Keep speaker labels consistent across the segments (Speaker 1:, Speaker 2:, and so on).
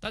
Speaker 1: 大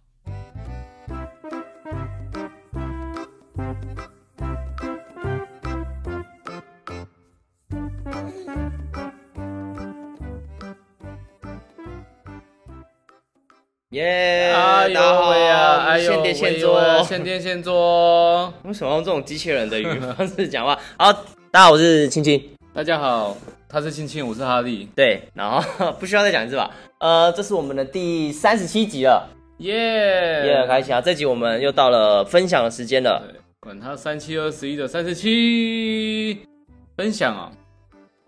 Speaker 2: 耶！
Speaker 3: 哎
Speaker 2: 大家
Speaker 3: 呦
Speaker 2: 好，
Speaker 3: 喂啊！
Speaker 2: 我
Speaker 3: 哎
Speaker 2: 们
Speaker 3: 呦
Speaker 2: 现
Speaker 3: 喂啊，
Speaker 2: 点现做。
Speaker 3: 现颠现做。
Speaker 2: 为什么用这种机器人的语方式讲话？好，大家好，我是青青。
Speaker 3: 大家好，他是青青，我是哈利。
Speaker 2: 对，然后 不需要再讲一次吧？呃，这是我们的第三十七集了，
Speaker 3: 耶
Speaker 2: 也很开心啊！这集我们又到了分享的时间了。
Speaker 3: 对，管他三七二十一的三十七，分享啊、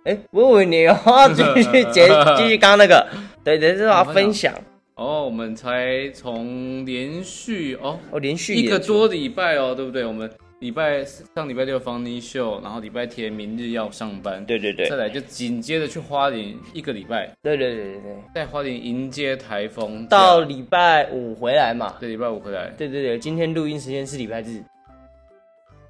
Speaker 2: 哎，我以为你 要继续接继续刚刚那个，对，等于是要分享
Speaker 3: 哦，我们才从连续哦
Speaker 2: 哦，连续
Speaker 3: 一个
Speaker 2: 演出
Speaker 3: 多礼拜哦，对不对？我们礼拜上礼拜六放妮秀，然后礼拜天明日要上班，
Speaker 2: 对对对
Speaker 3: 再来就紧接着去花莲一个礼拜，
Speaker 2: 对对对对对，
Speaker 3: 在花莲迎接台风，
Speaker 2: 到礼拜五回来嘛。
Speaker 3: 这礼拜五回来，
Speaker 2: 对对对，今天录音时间是礼拜日，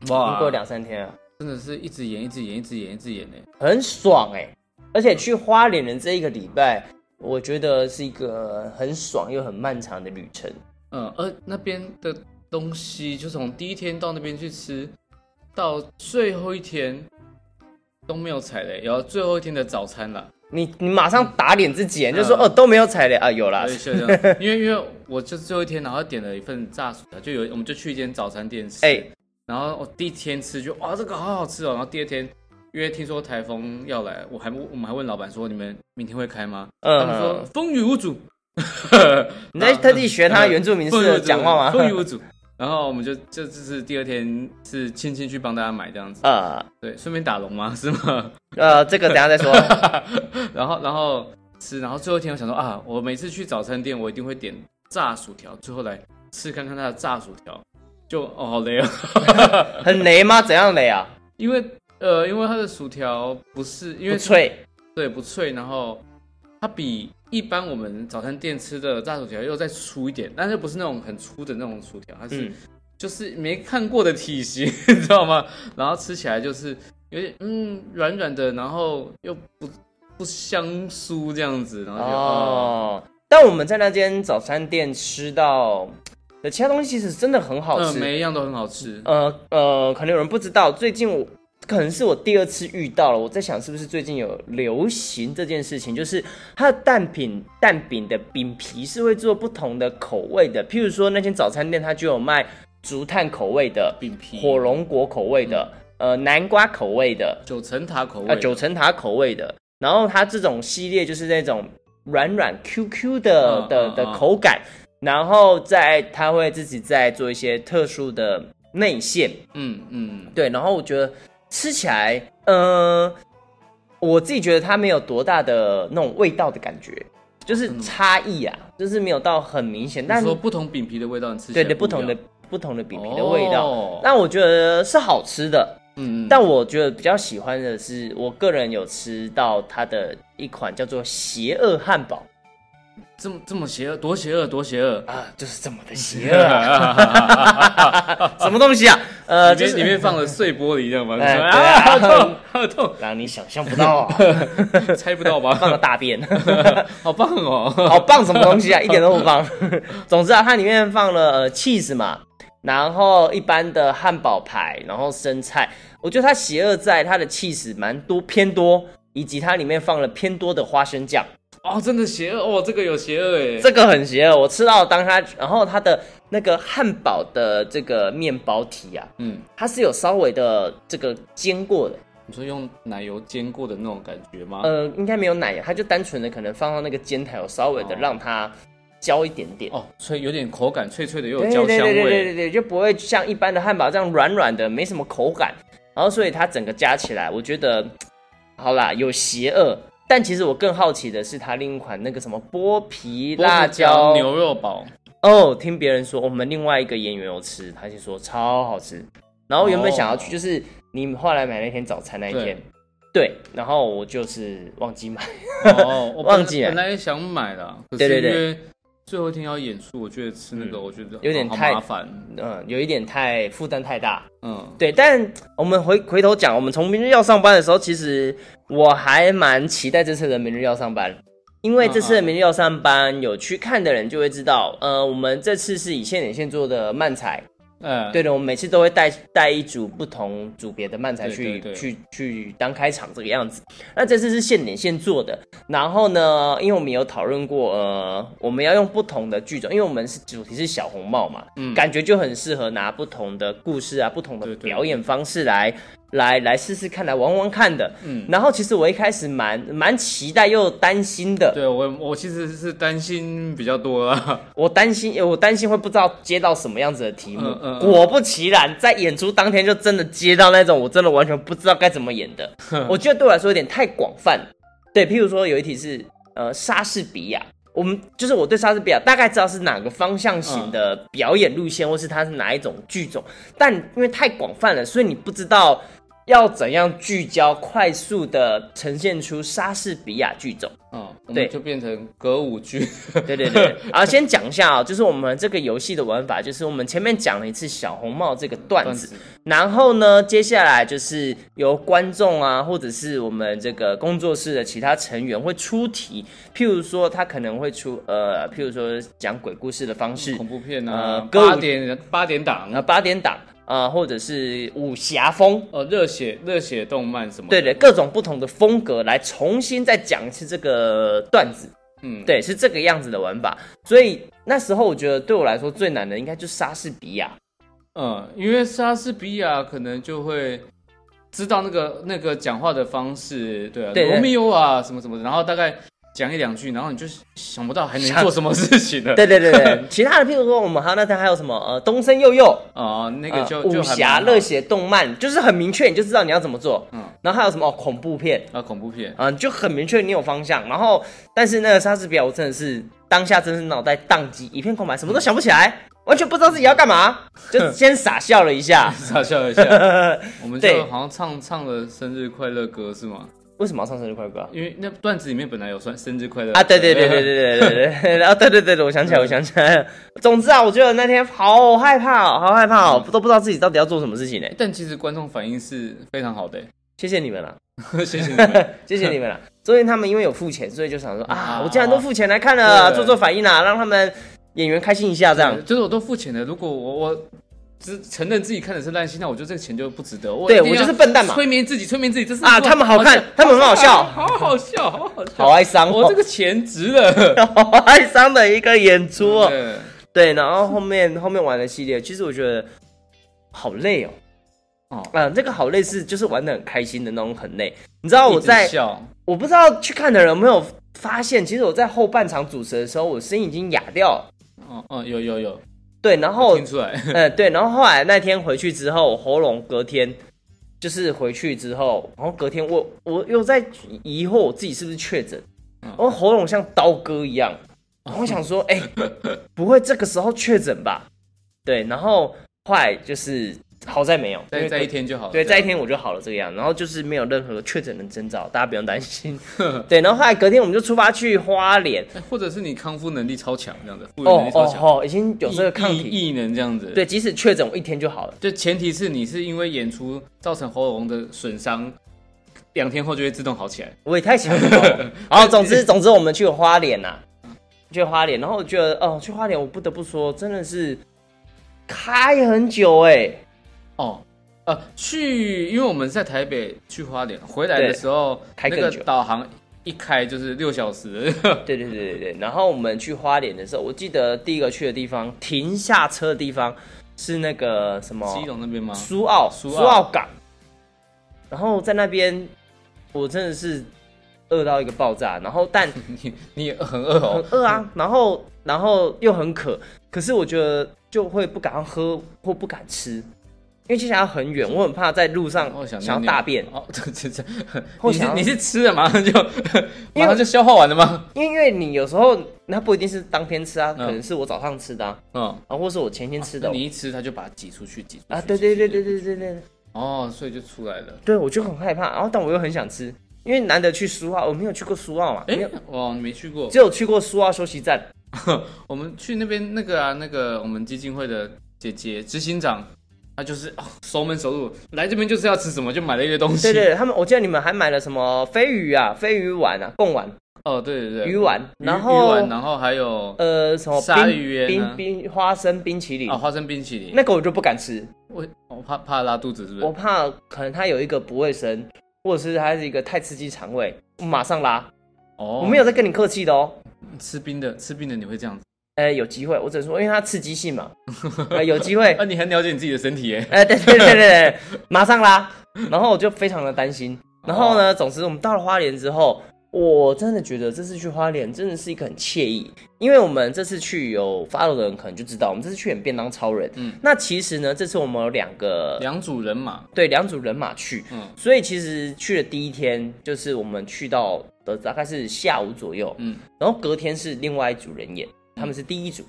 Speaker 3: 哇
Speaker 2: 经过两三天啊。
Speaker 3: 真的是一直演，一直演，一直演，一直演呢。
Speaker 2: 很爽哎、而且去花莲的这一个礼拜，我觉得是一个很爽又很漫长的旅程。
Speaker 3: 嗯，而那边的东西，就从第一天到那边去吃，到最后一天都没有踩雷，然后最后一天的早餐啦，
Speaker 2: 你你马上打脸自己，就说、
Speaker 3: 嗯
Speaker 2: 哦都没有踩雷啊，有啦
Speaker 3: 所以，就这样，因为因为我就最后一天，然后点了一份炸薯条，就有我们就去一间早餐店吃，
Speaker 2: 哎、
Speaker 3: 然后我第一天吃就哇这个好好吃哦，然后第二天。因为听说台风要来，我还我们还问老板说你们明天会开吗？他们说啊
Speaker 2: 嗯，
Speaker 3: 风雨无 阻。
Speaker 2: 你在特地学
Speaker 3: 嗯
Speaker 2: 他原住民式的讲话 吗？
Speaker 3: 风雨无阻。然后我们就就就是第二天是亲亲去帮大家买这样子，
Speaker 2: 呃
Speaker 3: 对，顺便打龙吗？ 是吗？
Speaker 2: 呃，这个等一下再说。
Speaker 3: 然后然后吃，然后最后一天我想说啊，我每次去早餐店我一定会点炸薯条，最后来吃看看它的炸薯条，就哦好累哦，
Speaker 2: 很雷吗？怎样雷啊？
Speaker 3: 因为呃因为它的薯条不是因
Speaker 2: 不
Speaker 3: 为
Speaker 2: 脆，
Speaker 3: 对不脆，然后它比一般我们早餐店吃的炸薯条又再粗一点，但是不是那种很粗的那种薯条，它是、
Speaker 2: 嗯
Speaker 3: 就是没看过的体型， 你知道吗？然后吃起来就是有点嗯软软的，然后又不不香酥这样子，然后就哦
Speaker 2: 哦。但我们在那间早餐店吃到的其他东西，其实真的很好
Speaker 3: 嗯
Speaker 2: 吃。
Speaker 3: 每一样都很好吃。
Speaker 2: 呃呃，可能有人不知道，最近我可能是我第二次遇到了，我在想是不是最近有流行这件事情，就是它的蛋饼蛋饼的饼皮是会做不同的口味的，譬如说那间早餐店它就有卖竹炭口味的、
Speaker 3: 饼皮
Speaker 2: 火龙果口味的、
Speaker 3: 嗯
Speaker 2: 呃南瓜口味的、
Speaker 3: 九层塔口味
Speaker 2: 啊、
Speaker 3: 的，
Speaker 2: 九层塔口味的，然后它这种系列就是那种软软 Q Q 的、
Speaker 3: 嗯
Speaker 2: 的
Speaker 3: 嗯
Speaker 2: 的
Speaker 3: 嗯
Speaker 2: 口感，然后在它会自己再做一些特殊的内馅，
Speaker 3: 嗯嗯，
Speaker 2: 对，然后我觉得吃起来，呃，我自己觉得它没有多大的那种味道的感觉，就是差异啊，就是没有到很明显，但
Speaker 3: 嗯你说不同饼皮的味道，你吃起
Speaker 2: 对
Speaker 3: 来
Speaker 2: 对不
Speaker 3: 一
Speaker 2: 同的
Speaker 3: 样
Speaker 2: 不同的饼皮的味道，
Speaker 3: 哦
Speaker 2: 那我觉得是好吃的，
Speaker 3: 嗯嗯，
Speaker 2: 但我觉得比较喜欢的是，我个人有吃到它的一款叫做邪恶汉堡
Speaker 3: 这么这么邪恶，多邪恶，多邪 恶。
Speaker 2: 啊，就是这么的邪恶、啊， 什么东西啊？呃，
Speaker 3: 里
Speaker 2: 就是
Speaker 3: 面里面放了碎玻璃，这样吗？
Speaker 2: 哎对
Speaker 3: 啊，
Speaker 2: 啊
Speaker 3: 好痛，好痛，
Speaker 2: 让你想象不到、啊，
Speaker 3: 猜不到
Speaker 2: 放
Speaker 3: 吧？
Speaker 2: 了大便。
Speaker 3: 好棒哦！
Speaker 2: 好棒什么东西啊，一点都不棒。 总之啊，它里面放了呃 cheese 嘛，然后一般的汉堡排，然后生菜。我觉得它邪恶在它的 cheese 蛮多偏多，以及它里面放了偏多的花生酱，
Speaker 3: 哦，真的邪恶哦，这个有邪恶哎，
Speaker 2: 这个很邪恶。我吃到当它，然后它的那个汉堡的这个面包体啊，
Speaker 3: 嗯，
Speaker 2: 它是有稍微的这个煎过的，
Speaker 3: 你说用奶油煎过的那种感觉吗？
Speaker 2: 呃，应该没有奶油，它就单纯的可能放到那个煎台，有稍微的
Speaker 3: 哦
Speaker 2: 让它焦一点点。
Speaker 3: 哦，脆，有点口感脆脆的，又有
Speaker 2: 对
Speaker 3: 焦
Speaker 2: 对
Speaker 3: 香
Speaker 2: 对对对
Speaker 3: 味。
Speaker 2: 对对，就不会像一般的汉堡这样软软的，没什么口感。然后所以它整个加起来，我觉得好啦，有邪恶。但其实我更好奇的是它另一款那个什么剥皮
Speaker 3: 波士
Speaker 2: 辣
Speaker 3: 椒
Speaker 2: 椒
Speaker 3: 牛肉 堡，
Speaker 2: 哦，听别人说我们另外一个演员有吃，他就说超好吃。然后原本想要
Speaker 3: 哦
Speaker 2: 去，就是你后来买那天早餐那一天，对，然后我就是忘记买。
Speaker 3: 哦，我本
Speaker 2: 忘记了
Speaker 3: 本来想买的，可
Speaker 2: 对
Speaker 3: 是
Speaker 2: 对
Speaker 3: 因
Speaker 2: 对
Speaker 3: 为最后一天要演出，我觉得吃那个，我觉得哦
Speaker 2: 有点
Speaker 3: 好
Speaker 2: 太
Speaker 3: 麻烦。
Speaker 2: 嗯，有一点太负担太大。
Speaker 3: 嗯，
Speaker 2: 对，但我们回回头讲，我们从明日要上班的时候，其实我还蛮期待这次的明日要上班，因为这次的明日要上班，有去看的人就会知道，呃，我们这次是以现点现做的漫才，
Speaker 3: 哎，
Speaker 2: 对的，我们每次都会带带一组不同组别的漫才
Speaker 3: 对
Speaker 2: 去
Speaker 3: 对对
Speaker 2: 去去当开场这个样子。那这次是现点现做的，然后呢，因为我们有讨论过，呃，我们要用不同的剧种，因为我们是主题是小红帽嘛，
Speaker 3: 嗯
Speaker 2: 感觉就很适合拿不同的故事啊、不同的
Speaker 3: 对对
Speaker 2: 表演方式来来来试试看，来玩玩看的。
Speaker 3: 嗯
Speaker 2: 然后其实我一开始蛮蛮期待又担心的，
Speaker 3: 对我我其实是担心比较多啦。
Speaker 2: 我担心，我担心会不知道接到什么样子的题目。
Speaker 3: 嗯嗯嗯
Speaker 2: 果不其然，在演出当天就真的接到那种我真的完全不知道该怎么演的。我觉得对我来说有点太广泛。对，譬如说有一题是呃莎士比亚，我们就是我对莎士比亚大概知道是哪个方向型的
Speaker 3: 嗯
Speaker 2: 表演路线，或是它是哪一种剧种，但因为太广泛了，所以你不知道要怎样聚焦、快速的呈现出莎士比亚剧种。
Speaker 3: 嗯，我
Speaker 2: 对
Speaker 3: 们就变成歌舞剧。
Speaker 2: 对 对对，啊，先讲一下啊、就是我们这个游戏的玩法，就是我们前面讲了一次小红帽这个段
Speaker 3: 段
Speaker 2: 子，
Speaker 3: 子
Speaker 2: 然后呢，接下来就是由观众啊，或者是我们这个工作室的其他成员会出题，譬如说他可能会出呃，譬如说讲鬼故事的方式，
Speaker 3: 恐怖片啊
Speaker 2: 呃，歌舞
Speaker 3: 八点八点档
Speaker 2: 呃，八点档啊、呃或者是武侠风。
Speaker 3: 呃，热血热血动漫什么的
Speaker 2: 对对，各种不同的风格来重新再讲一次这个段子，
Speaker 3: 嗯，
Speaker 2: 对，是这个样子的玩法。所以那时候我觉得对我来说最难的应该就是莎士比亚，
Speaker 3: 嗯，因为莎士比亚可能就会知道那个那个讲话的方式，对啊，
Speaker 2: 对对
Speaker 3: 罗密欧啊什么什么的，然后大概讲一两句，然后你就想不到还
Speaker 2: 想
Speaker 3: 能做什么事情的，
Speaker 2: 对对对对， 其他的譬如说我们还有那天还有什么呃东森幼幼，
Speaker 3: 啊、那个就、
Speaker 2: 呃
Speaker 3: 就
Speaker 2: 武
Speaker 3: 还
Speaker 2: 侠
Speaker 3: 蛮好
Speaker 2: 热血动漫，就是很明确，你就知道你要怎么做。嗯
Speaker 3: 嗯，
Speaker 2: 然后还有什么、哦、恐怖片
Speaker 3: 啊恐怖片，。
Speaker 2: 啊、你就很明确你有方向。然后但是那个莎士比亚，我真的是当下真是脑袋宕机，一片空白，什么都想不起来，完全不知道自己要干嘛，就先傻笑了一下
Speaker 3: 傻笑一下，我们
Speaker 2: 对
Speaker 3: 就好像唱唱了生日快乐歌是吗？
Speaker 2: 为什么要唱生日快乐歌啊？
Speaker 3: 因为那段子里面本来有算生日快乐
Speaker 2: 啊，对对对对对对对对，然后对对对对，我想起来，我想起来了。总之啊，我觉得那天好害怕哦，好害怕哦，都不知道自己到底要做什么事情呢。
Speaker 3: 但其实观众反应是非常好的、
Speaker 2: 谢谢你们啦，
Speaker 3: 谢谢你们。
Speaker 2: 谢谢你们啦。昨天他们因为有付钱，所以就想说啊，
Speaker 3: 啊
Speaker 2: 我既然都付钱来看了，
Speaker 3: 对
Speaker 2: 做做反应啦，让他们演员开心一下这样。
Speaker 3: 就是我都付钱了，如果我我只承认自己看的是烂戏，那我觉得这个钱就不值得。我
Speaker 2: 对
Speaker 3: 一定
Speaker 2: 我
Speaker 3: 要
Speaker 2: 就是笨蛋嘛
Speaker 3: 催眠自己，催眠自己，这是
Speaker 2: 啊他们好看他们很好笑
Speaker 3: 好好笑，好好笑，
Speaker 2: 好哀伤哦，
Speaker 3: 我这个钱值了。
Speaker 2: 好哀伤的一个演出哦。
Speaker 3: 对
Speaker 2: 对，然后后面后面玩的系列，其实我觉得好累哦。
Speaker 3: 哦
Speaker 2: 啊，那个好累是就是玩的很开心的那种，很累。你知道我
Speaker 3: 一
Speaker 2: 在
Speaker 3: 直笑，
Speaker 2: 我不知道去看的人有没有发现，其实我在后半场主持的时候，我声音已经哑掉了。
Speaker 3: 哦哦，有有有，
Speaker 2: 对，然后
Speaker 3: 我 听出来，
Speaker 2: 嗯，对，然后后来那天回去之后，我喉咙隔天就是回去之后，然后隔天我我又在疑惑我自己是不是确诊，我喉咙像刀割一样，然后我想 说，哎、不会这个时候确诊吧？对，然后后来就是好在没有，因
Speaker 3: 再
Speaker 2: 为
Speaker 3: 再一天就好了。
Speaker 2: 对，在一天我就好了这个样，然后就是没有任何确诊的征兆，大家不用担心。对，然后后来隔天我们就出发去花莲，
Speaker 3: 哎或者是你康复能力超强，这样子，复原能
Speaker 2: 哦
Speaker 3: 力超
Speaker 2: 哦
Speaker 3: 强，
Speaker 2: 哦，已经有这个抗
Speaker 3: 异
Speaker 2: 体，
Speaker 3: 异能这样子。
Speaker 2: 对，即使确诊我一天就好了。
Speaker 3: 就前提是你是因为演出造成喉咙的损伤，两天后就会自动好起来。
Speaker 2: 我也太喜欢了。然后总之总之我们去花莲呐、去花莲，然后我觉得哦，去花莲我不得不说，真的是开很久哎、
Speaker 3: 哦，呃，去，因为我们是在台北去花莲，回来
Speaker 2: 对
Speaker 3: 的时候
Speaker 2: 开
Speaker 3: 那
Speaker 2: 更
Speaker 3: 个
Speaker 2: 久哦
Speaker 3: 导航一开就是六小时。
Speaker 2: 对对对对对。然后我们去花莲的时候，我记得第一个去的地方，停下车的地方是那个什么
Speaker 3: 基隆那边吗？
Speaker 2: 苏澳
Speaker 3: 苏
Speaker 2: 苏
Speaker 3: 澳
Speaker 2: 澳港，然后在那边我真的是饿到一个爆炸，然后 但
Speaker 3: 你你也很饿
Speaker 2: 很
Speaker 3: 哦。
Speaker 2: 饿啊，然后然后又很渴，可是我觉得就会不敢喝或不敢吃，因为接下来很远，我很怕在路上
Speaker 3: 哦我想
Speaker 2: 想要
Speaker 3: 尿尿
Speaker 2: 大便，
Speaker 3: 哦，这这这，
Speaker 2: 或
Speaker 3: 你
Speaker 2: 想
Speaker 3: 是
Speaker 2: 要
Speaker 3: 你是吃了马上就
Speaker 2: 因为
Speaker 3: 马上就消化完了吗？
Speaker 2: 因为因为你有时候那不一定是当天吃啊，
Speaker 3: 嗯
Speaker 2: 可能是我早上吃的啊，
Speaker 3: 嗯，
Speaker 2: 啊或是我前天吃的
Speaker 3: 那你一吃它就把它挤出去，挤出去
Speaker 2: 啊，对对对。
Speaker 3: 挤出去
Speaker 2: 对对对对
Speaker 3: 哦，所以就出来了。
Speaker 2: 对，我就很害怕，然后但我又很想吃，因为难得去苏澳，我没有去过苏澳嘛，
Speaker 3: 哎
Speaker 2: 没有，
Speaker 3: 哦，你没去过
Speaker 2: 只有去过苏澳休息站，
Speaker 3: 我们去那边那个啊，那个我们基金会的姐姐执行长，她就是、哦熟门熟路，来这边就是要吃什么就买了一堆东西。
Speaker 2: 对对，对他们我记得你们还买了什么飞鱼啊、飞鱼丸啊、贡丸、
Speaker 3: 哦对对对，
Speaker 2: 鱼丸，
Speaker 3: 鱼
Speaker 2: 然
Speaker 3: 鱼
Speaker 2: 后
Speaker 3: 丸，然后还有
Speaker 2: 呃什么
Speaker 3: 鲨
Speaker 2: 冰
Speaker 3: 鱼圆啊
Speaker 2: 冰冰花生冰淇淋
Speaker 3: 啊，花生冰淇淋。
Speaker 2: 那个我就不敢吃，
Speaker 3: 我我怕怕拉肚子是不
Speaker 2: 我
Speaker 3: 是？
Speaker 2: 怕可能它有一个不卫生，或者是它是一个太刺激肠胃，我马上拉。
Speaker 3: 哦，
Speaker 2: 我没有在跟你客气的哦。
Speaker 3: 吃冰的，吃冰的你会这样子？
Speaker 2: 呃，有机会，我只能说，因为它刺 激性嘛，呃，有机会
Speaker 3: 啊，，你很了解你自己的身体耶。
Speaker 2: 呃，对对对对对，马上拉。然后我就非常的担心。然后呢，总之我们到了花莲之后，我真的觉得这次去花莲真的是一个很惬意，因为我们这次去有 follow 的人可能就知道，我们这次去演便当超人。
Speaker 3: 嗯
Speaker 2: 嗯，那其实呢，这次我们有两个
Speaker 3: 两组人马，
Speaker 2: 对两组人马去，
Speaker 3: 嗯
Speaker 2: 所以其实去的第一天就是我们去到的大概是下午左右，
Speaker 3: 嗯，
Speaker 2: 然后隔天是另外一组人演，他们是第一组，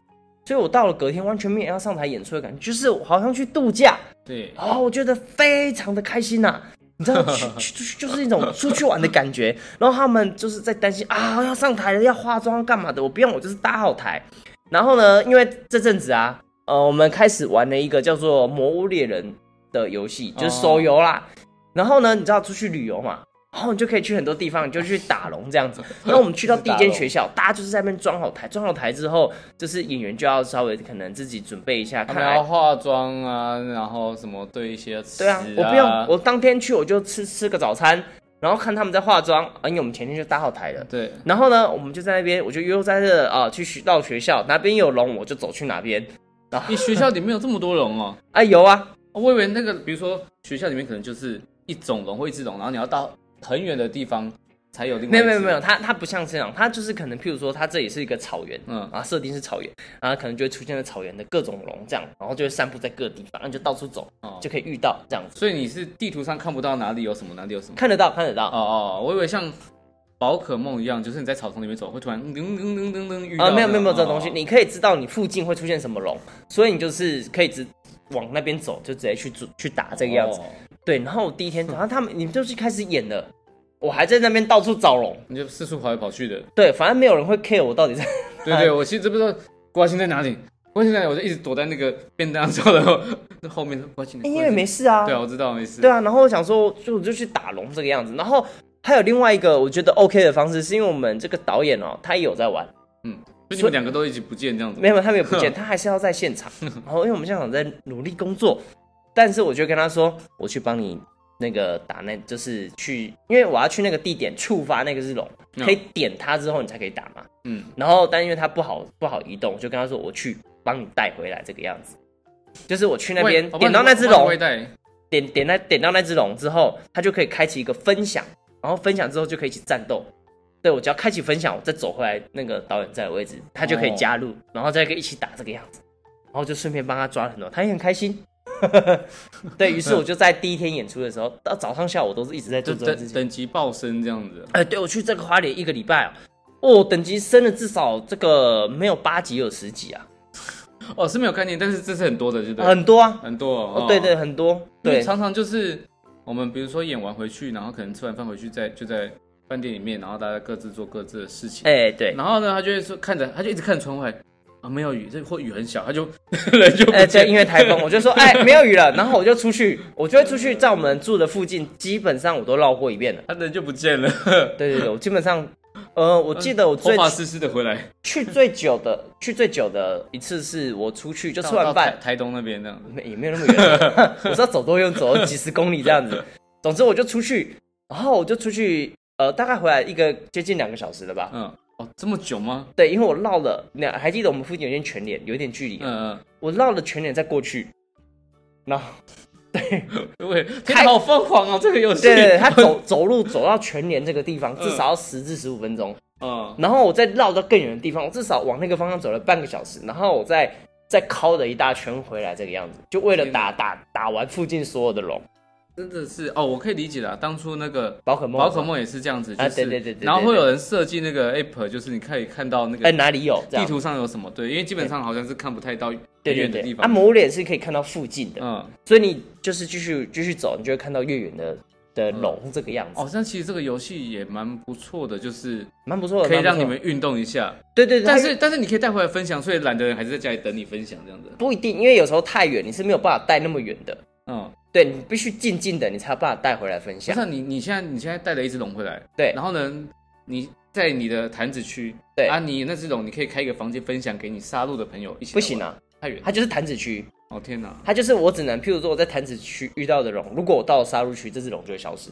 Speaker 2: 所以我到了隔天完全没有要上台演出的感觉，就是我好像去度假
Speaker 3: 对，
Speaker 2: 啊、我觉得非常的开心呐、你 知道，去去去就是一种出去玩的感觉。然后他们就是在担心啊，要上台了，要化妆要干嘛的，我不用，我就是搭好台。然后呢，因为这阵子啊，呃，我们开始玩了一个叫做《魔物猎人》的游戏，
Speaker 3: 哦
Speaker 2: 就是手游啦。然后呢，你知道出去旅游嘛，然后你就可以去很多地方，你就去打龙这样 子。然后我们去到第一间学校，大家就是在那边装好台，装好台之后，就是演员就要稍微可能自己准备一下，
Speaker 3: 他
Speaker 2: 看
Speaker 3: 们
Speaker 2: 哎
Speaker 3: 要化妆啊，然后什么对一些词、
Speaker 2: 对
Speaker 3: 啊
Speaker 2: 啊，，我不用，我当天去我就吃吃个早餐，然后看他们在化妆，啊因为我们前天就搭好台了。
Speaker 3: 对，
Speaker 2: 然后呢，我们就在那边，我就悠悠在这啊、去学到学校哪边有龙，我就走去哪边。
Speaker 3: 你学校里面有这么多龙哦、
Speaker 2: 啊，有啊，
Speaker 3: 我以为那个，比如说学校里面可能就是一种龙或一只龙，然后你要到很远的地方才有另
Speaker 2: 没
Speaker 3: 外一
Speaker 2: 有
Speaker 3: 只
Speaker 2: 没有没有，，它它不像这样，它就是可能，譬如说，它这里是一个草原，
Speaker 3: 嗯
Speaker 2: 啊，设定是草原，然后可能就会出现在草原的各种龙这样，然后就会散布在各地方，然后就到处走，
Speaker 3: 哦
Speaker 2: 就可以遇到这样子，
Speaker 3: 所以你是地图上看不到哪里有什么，哪里有什么。
Speaker 2: 看得到看得到。
Speaker 3: 哦哦，我以为像宝可梦一样，就是你在草丛里面走，会突然噔噔噔噔噔遇到
Speaker 2: 啊，
Speaker 3: 的。
Speaker 2: 没有没有没有这种东西，
Speaker 3: 哦
Speaker 2: 你可以知道你附近会出现什么龙，所以你就是可以直往那边走，就直接去主去打这个样子。
Speaker 3: 哦
Speaker 2: 对，然后我第一天，然后他们你们就是开始演了，我还在那边到处找龙。
Speaker 3: 你就四处跑来跑去的。
Speaker 2: 对，反正没有人会 care 我到底在。
Speaker 3: 对
Speaker 2: 哎
Speaker 3: 对，我其实不知道瓜心在哪里，瓜心在哪里，我就一直躲在那个便当罩的后 后面。瓜心，
Speaker 2: 因为没事啊。
Speaker 3: 对啊，我知道没事。
Speaker 2: 对啊，然后我想说，就我就去打龙这个样子。然后还有另外一个我觉得 OK 的方式，是因为我们这个导演哦，他也有在玩，
Speaker 3: 所以你们两个都一起不见这样子。
Speaker 2: 没有他们也不 见，他还是要在现场。然后因为我们现场在努力工作，但是我就跟他说，我去帮你那个打那，就是去，因为我要去那个地点触发那个是龙，
Speaker 3: 嗯
Speaker 2: 可以点它之后你才可以打嘛。
Speaker 3: 嗯，
Speaker 2: 然后但因为它不好不好移动，我就跟他说我去帮你带回来这个样子，就是我去那边
Speaker 3: 喂好吧
Speaker 2: 点到那只
Speaker 3: 我帮你
Speaker 2: 龙
Speaker 3: 喂，带
Speaker 2: 点点那点到那只龙之后，它就可以开启一个分享，然后分享之后就可以一起战斗。对我只要开启分享，我再走回来那个导演在的位置，他就可
Speaker 3: 哦
Speaker 2: 以加入，然后再一起打这个样子，然后就顺便帮他抓了很多，他也很开心。 对于是，我就在第一天演出的时候，到早上下午都是一直在做
Speaker 3: 就
Speaker 2: 这件事
Speaker 3: 等
Speaker 2: 情。
Speaker 3: 等级爆升这样子。
Speaker 2: 哎、对我去这个花莲一个礼拜哦，哦，等级升了至少这个没有八级有十级啊，
Speaker 3: 哦，是没有概念，但是这是很多的，对不对？
Speaker 2: 很多啊，
Speaker 3: 很多哦
Speaker 2: 哦，对对，，很多，
Speaker 3: 因为
Speaker 2: 对，
Speaker 3: 常常就是我们比如说演完回去，然后可能吃完饭回去在就在饭店里面，然后大家各自做各自的事情。
Speaker 2: 哎、对，
Speaker 3: 然后呢，他就会说看着，他就一直看窗外啊，没有雨，这或雨很小，他就 人就不
Speaker 2: 哎、对，
Speaker 3: 见
Speaker 2: 因为台风，我就说，哎、没有雨了， 然后我就出去，我就会出去，在我们住的附近，基本上我都绕过一遍了。
Speaker 3: 他人就不见了。
Speaker 2: 对对对，我基本上，呃，我 记得我
Speaker 3: 头
Speaker 2: 最
Speaker 3: 发湿湿的回来，
Speaker 2: 去最久的，去最久的一次是我出去就吃
Speaker 3: 到
Speaker 2: 完
Speaker 3: 台
Speaker 2: 饭，
Speaker 3: 台东那边这样子。
Speaker 2: 没也没有那么 远，我知道走多远，走了几十公里这样子。总之我就出去，然后我就出去，呃，大概回来一个接近两个小时了吧。
Speaker 3: 嗯，哦，这么久吗？
Speaker 2: 对，因为我绕了，那还记得我们附近有一间全脸，有一点距离，
Speaker 3: 嗯
Speaker 2: 我绕了全脸再过去，然后。
Speaker 3: 嗯，喂，天
Speaker 2: 开
Speaker 3: 哪，好疯狂哦，这个游戏。
Speaker 2: 对对 对，他走走路走到全联这个地方，至少要十至十五分钟。
Speaker 3: 嗯，
Speaker 2: 然后我再绕到更远的地方，我至少往那个方向走了半个小时，然后我再再敲了一大圈回来，这个样子，就为了打打打完附近所有的龙
Speaker 3: 真的是哦，我可以理解了。当初那个
Speaker 2: 宝可梦。
Speaker 3: 宝可，梦也是这样子，就是、
Speaker 2: 啊对对对对
Speaker 3: 然后会有人设计那个 app，就是你可以看到那个
Speaker 2: 哎，哪里有这
Speaker 3: 地
Speaker 2: 样？
Speaker 3: 图上有什么，对，因为基本上好像是看不太到
Speaker 2: 对啊
Speaker 3: 很
Speaker 2: 对
Speaker 3: 远的地
Speaker 2: 对，
Speaker 3: 方。
Speaker 2: 啊，魔物脸是可以看到附近的，
Speaker 3: 嗯，
Speaker 2: 所以你就是继续继续走，你就会看到越远的的龙这个样
Speaker 3: 哦
Speaker 2: 子，，
Speaker 3: 那其实这个游戏也蛮不错的，就是
Speaker 2: 蛮不错的，
Speaker 3: 可以
Speaker 2: 蛮不
Speaker 3: 让
Speaker 2: 错
Speaker 3: 你们运动一下。
Speaker 2: 对对对，
Speaker 3: 但
Speaker 2: 它
Speaker 3: 是但是你可以带回来分享，所以懒的人还是在家里等你分享这样子。
Speaker 2: 不一定，因为有时候太远，你是没有办法带那么远的。
Speaker 3: 嗯，
Speaker 2: 对你必须静静的，你才有办法带回来分
Speaker 3: 不
Speaker 2: 享
Speaker 3: 是。啊你你现在你现在带了一只龙回来，
Speaker 2: 对
Speaker 3: 然后呢，你在你的坛子区，
Speaker 2: 对
Speaker 3: 啊，你那只龙你可以开一个房间分享给你杀戮的朋友一起。
Speaker 2: 不行，啊，
Speaker 3: 太远。
Speaker 2: 它就是弹子区，
Speaker 3: 哦天哪，
Speaker 2: 它就是我只能，譬如说我在弹子区遇到的龙，如果我到了杀戮区，这只龙就会消失。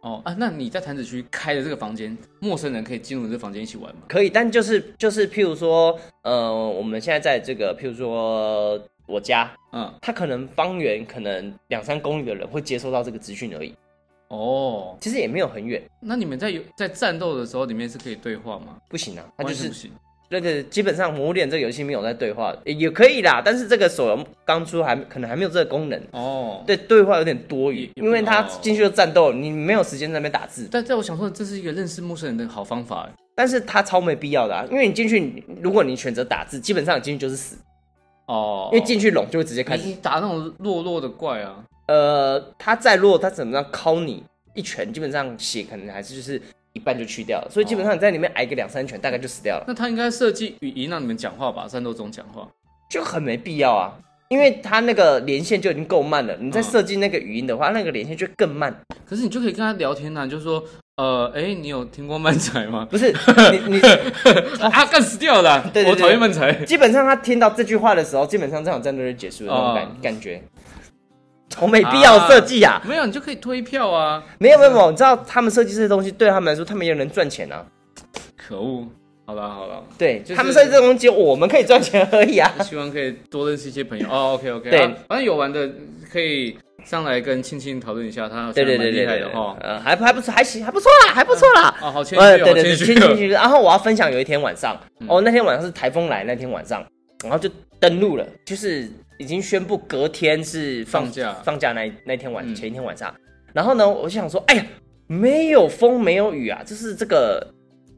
Speaker 3: 哦啊，那你在坛子区开的这个房间，陌生人可以进入你这房间一起玩吗？
Speaker 2: 可以，但就是就是譬如说，呃，我们现在在这个譬如说我家，
Speaker 3: 嗯，
Speaker 2: 它可能方圆可能两三公里的人会接收到这个资讯而已，
Speaker 3: 哦，
Speaker 2: 其实也没有很远。
Speaker 3: 那你们在有在战斗的时候里面是可以对话吗？
Speaker 2: 不行啊，它就
Speaker 3: 完全
Speaker 2: 是
Speaker 3: 不行。
Speaker 2: 那个基本上《魔物猎人》这个游戏没有在对话，也也可以啦，但是这个手游刚出还可能还没有这个功能。
Speaker 3: 哦，
Speaker 2: 对对话有点多余，
Speaker 3: 也
Speaker 2: 因为他
Speaker 3: 哦
Speaker 2: 进去就战斗，你没有时间在那边打字，
Speaker 3: 但在我想说，这是一个认识陌生人的好方法。欸
Speaker 2: 但是他超没必要的、啊，因为你进去，你如果你选择打字，基本上你进去就是死，
Speaker 3: 哦，
Speaker 2: 因为进去拢就会直接开
Speaker 3: 你
Speaker 2: 始，
Speaker 3: 你打那种弱弱的怪啊，
Speaker 2: 呃，他再弱，他怎么样敲你一拳，基本上血可能还是就是一半就去掉了，所以基本上你在里面挨个两三拳，大概就死掉了，
Speaker 3: 那他应该设计语音让你们讲话吧，战斗中讲话。
Speaker 2: 就很没必要啊。因为他那个连线就已经够慢了，你在
Speaker 3: 嗯
Speaker 2: 设计那个语音的话，那个连线就更慢。
Speaker 3: 可是你就可以跟他聊天呐、啊你就说，呃，哎、你有听过漫才 吗？
Speaker 2: 不是你你
Speaker 3: 啊，干死掉了啦！
Speaker 2: 对对
Speaker 3: 我讨厌漫才。
Speaker 2: 基本上他听到这句话的时候，基本上这场战斗就结束了那种感、
Speaker 3: 哦
Speaker 2: 感觉，从没必要设计啊！
Speaker 3: 没有，你就可以推票啊！
Speaker 2: 没有没有，没有，你知道他们设计这些东西对他们来说，他们也能赚钱啊。
Speaker 3: 可恶！好啦好啦，
Speaker 2: 对、
Speaker 3: 就是
Speaker 2: 他们设计这东西，我们可以赚钱而已啊。
Speaker 3: 希望可以多认识一些朋友。哦，OK OK，
Speaker 2: 对
Speaker 3: 啊，反正有玩的可以上来跟青青讨论一下，他好像
Speaker 2: 对对
Speaker 3: 蛮
Speaker 2: 对
Speaker 3: 厉
Speaker 2: 对
Speaker 3: 害
Speaker 2: 对
Speaker 3: 的
Speaker 2: 对，
Speaker 3: 哦。
Speaker 2: 呃，还还不错，还行，还不错啦，还不错啦。
Speaker 3: 哦，嗯好谦虚
Speaker 2: 呃，
Speaker 3: 哦，
Speaker 2: 对
Speaker 3: 好
Speaker 2: 对
Speaker 3: 谦
Speaker 2: 对，
Speaker 3: 虚
Speaker 2: 去
Speaker 3: 哦
Speaker 2: 去。去。然后我要分享有一天晚上，哦，那天晚上是台风来那天晚上，然后就登陆了，就是已经宣布隔天是放
Speaker 3: 放假
Speaker 2: 放假那一那天晚、
Speaker 3: 嗯
Speaker 2: 前一天晚上，然后呢，我就想说，哎呀，没有风没有雨啊，就是这个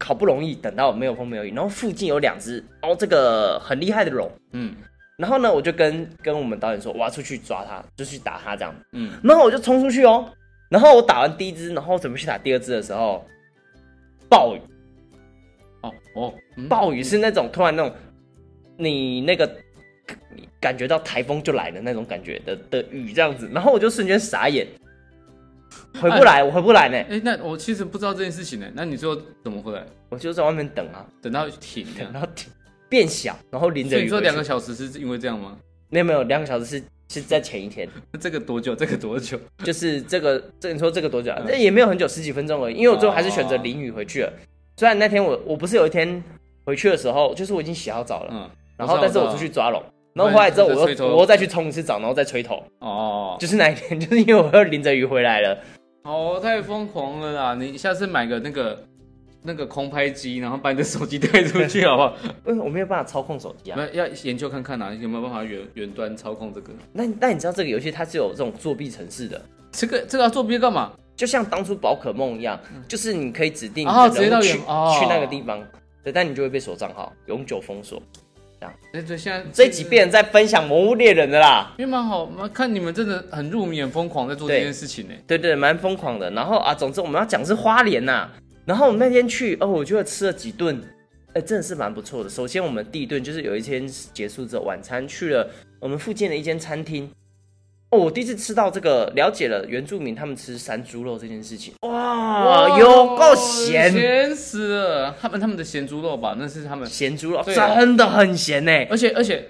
Speaker 2: 好不容易等到没有风没有雨，然后附近有两只，然后这个很厉害的龙，
Speaker 3: 嗯
Speaker 2: 然后呢，我就跟跟我们导演说，我要出去抓它，就去打它这样，
Speaker 3: 嗯，
Speaker 2: 然后我就冲出去哦，然后我打完第一只，然后准备去打第二只的时候，暴雨。
Speaker 3: 哦哦，嗯
Speaker 2: 暴雨是那种突然那种，你那个你感觉到台风就来的那种感觉的的雨这样子，然后我就瞬间傻眼，回不来，我回不来呢，
Speaker 3: 哎、那我其实不知道这件事情呢。那你最后怎么回来？
Speaker 2: 我就在外面等啊，
Speaker 3: 等到停这样
Speaker 2: 然后停变小，然后淋
Speaker 3: 哎所
Speaker 2: 着
Speaker 3: 以你
Speaker 2: 雨
Speaker 3: 说
Speaker 2: 回
Speaker 3: 两个
Speaker 2: 去，
Speaker 3: 小时是因为这样吗？
Speaker 2: 没有没有，两个小时是是在前一 天，
Speaker 3: 那这个多久？这个多久？
Speaker 2: 就是这个这你说这个多久
Speaker 3: 嗯
Speaker 2: 啊？这也没有很久，十几分钟而已，因为我最后还是选
Speaker 3: 哦
Speaker 2: 择淋雨回去了，虽然那天我我不是有一天回去的时候，就是我已经洗好澡了，
Speaker 3: 嗯，
Speaker 2: 然后
Speaker 3: 知道
Speaker 2: 但是
Speaker 3: 知
Speaker 2: 我
Speaker 3: 道
Speaker 2: 出去抓龙。然后回来之后，
Speaker 3: 不然
Speaker 2: 我
Speaker 3: 你就在吹
Speaker 2: 又
Speaker 3: 头
Speaker 2: 我又再去冲一次澡，然后再吹头，
Speaker 3: 哦
Speaker 2: 就是那一天， 就是因为我又淋着雨回来了。
Speaker 3: 哦，太疯狂了啦！你下次买个那个那个空拍机，然后把你的手机带出去好不 好？
Speaker 2: 因为我没有办法操控手机啊。
Speaker 3: 那要研究看看啊，有没有办法远远端操控这个？
Speaker 2: 那那你知道这个游戏它是有这种作弊程式的，
Speaker 3: 这个这个要做别干嘛？
Speaker 2: 就像当初宝可梦一样，就是你可以指定
Speaker 3: 嗯
Speaker 2: 你
Speaker 3: 哦
Speaker 2: 的
Speaker 3: 直接到
Speaker 2: 人物去、
Speaker 3: 远哦
Speaker 2: 去那个地方，对，但你就会被锁账号，永久封锁。
Speaker 3: 哎，对，现在
Speaker 2: 这一集变成在分享《魔物猎人》的啦，
Speaker 3: 因为蛮好，蛮看你们真的很入迷、很疯狂在做这
Speaker 2: 对
Speaker 3: 件事情呢。
Speaker 2: 对对，蛮疯狂的。然后啊，总之我们要讲的是花莲呐、然后我们那天去哦，我觉得吃了几顿，哎，真的是蛮不错的。首先我们第一顿就是有一天结束之后，晚餐去了我们附近的一间餐厅。哦，我第一次吃到这个，了解了原住民他们吃山猪肉这件事情。哇，有够咸，
Speaker 3: 咸死了！他们他们的咸猪肉吧，那是他们
Speaker 2: 咸猪肉
Speaker 3: 对啊
Speaker 2: 真的很咸呢、
Speaker 3: 而且而且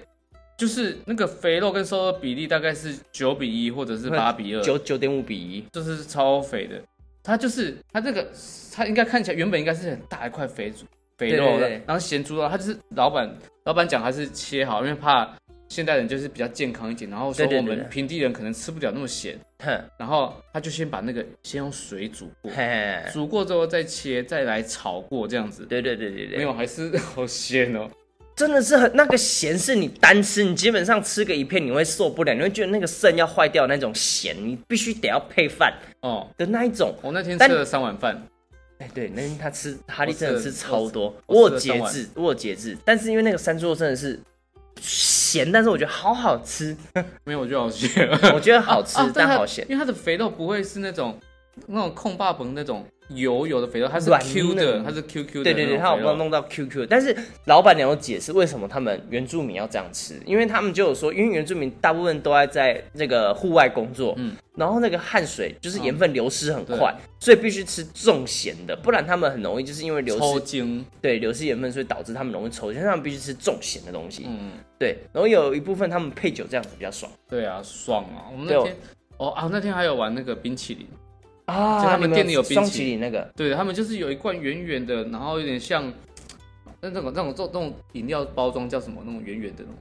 Speaker 3: 就是那个肥肉跟瘦肉比例大概是九比一或者是八比二，
Speaker 2: 九九点五比一。
Speaker 3: 就是超肥的。它就是它这个，它应该看起来原本应该是很大一块肥猪肥肉
Speaker 2: 对对对
Speaker 3: 然后咸猪肉，它就是老板老板讲还是切好，因为怕现代人就是比较健康一点，然后说
Speaker 2: 对对
Speaker 3: 我
Speaker 2: 对
Speaker 3: 们
Speaker 2: 对
Speaker 3: 平地人可能吃不了那么咸，
Speaker 2: 哼，
Speaker 3: 然后他就先把那个先用水煮过，
Speaker 2: 嘿嘿，
Speaker 3: 煮过之后再切，再来炒过这样子。
Speaker 2: 对对对对对，
Speaker 3: 没有，还是好鲜哦。
Speaker 2: 真的是很那个咸是你单吃，你基本上吃个一片你会受不了，你会觉得那个肾要坏掉那种咸，你必须得要配饭
Speaker 3: 哦，
Speaker 2: 的那一种。
Speaker 3: 我那天吃
Speaker 2: 但
Speaker 3: 了三碗饭，
Speaker 2: 哎，对，那天他吃哈利
Speaker 3: 我吃
Speaker 2: 真的
Speaker 3: 了
Speaker 2: 吃超多，
Speaker 3: 我
Speaker 2: 我
Speaker 3: 吃
Speaker 2: 有
Speaker 3: 我吃了
Speaker 2: 节制，我有节制，但是因为那个山猪肉真的是咸，但是我觉得好好吃，
Speaker 3: 没有我就好鲜。
Speaker 2: 我觉得好吃、
Speaker 3: 啊啊
Speaker 2: 但
Speaker 3: 它
Speaker 2: 好咸。
Speaker 3: 因为它的肥肉不会是那种那种控霸本那种油油的肥肉，它是
Speaker 2: 软
Speaker 3: Q
Speaker 2: 嫩
Speaker 3: 的，它是 QQ 的那种肥肉。
Speaker 2: 对对对，他有帮我弄到 QQ，但是老板娘有解释为什么他们原住民要这样吃，因为他们就有说，因为原住民大部分都在在那个户外工作，嗯
Speaker 3: 嗯，
Speaker 2: 然后那个汗水就是盐分流失很
Speaker 3: 对
Speaker 2: 快，所以必须吃重咸的，不然他们很容易就是因为流
Speaker 3: 抽
Speaker 2: 失
Speaker 3: 筋，
Speaker 2: 对流失盐分，所以导致他们容易抽筋，所以他们必须吃重咸的东西，
Speaker 3: 嗯，
Speaker 2: 对，然后有一部分他们配酒这样子比较爽
Speaker 3: 对啊，爽啊！我们
Speaker 2: 对
Speaker 3: 那
Speaker 2: 我
Speaker 3: 天哦啊，那天还有玩那个冰淇淋，
Speaker 2: 啊，
Speaker 3: 就他们
Speaker 2: 你
Speaker 3: 店里有冰淇
Speaker 2: 双
Speaker 3: 淋
Speaker 2: 麒麟那个
Speaker 3: 对他们就是有一罐圆圆的，然后有点像那那种那种做那种饮料包装叫什么那种圆圆的那种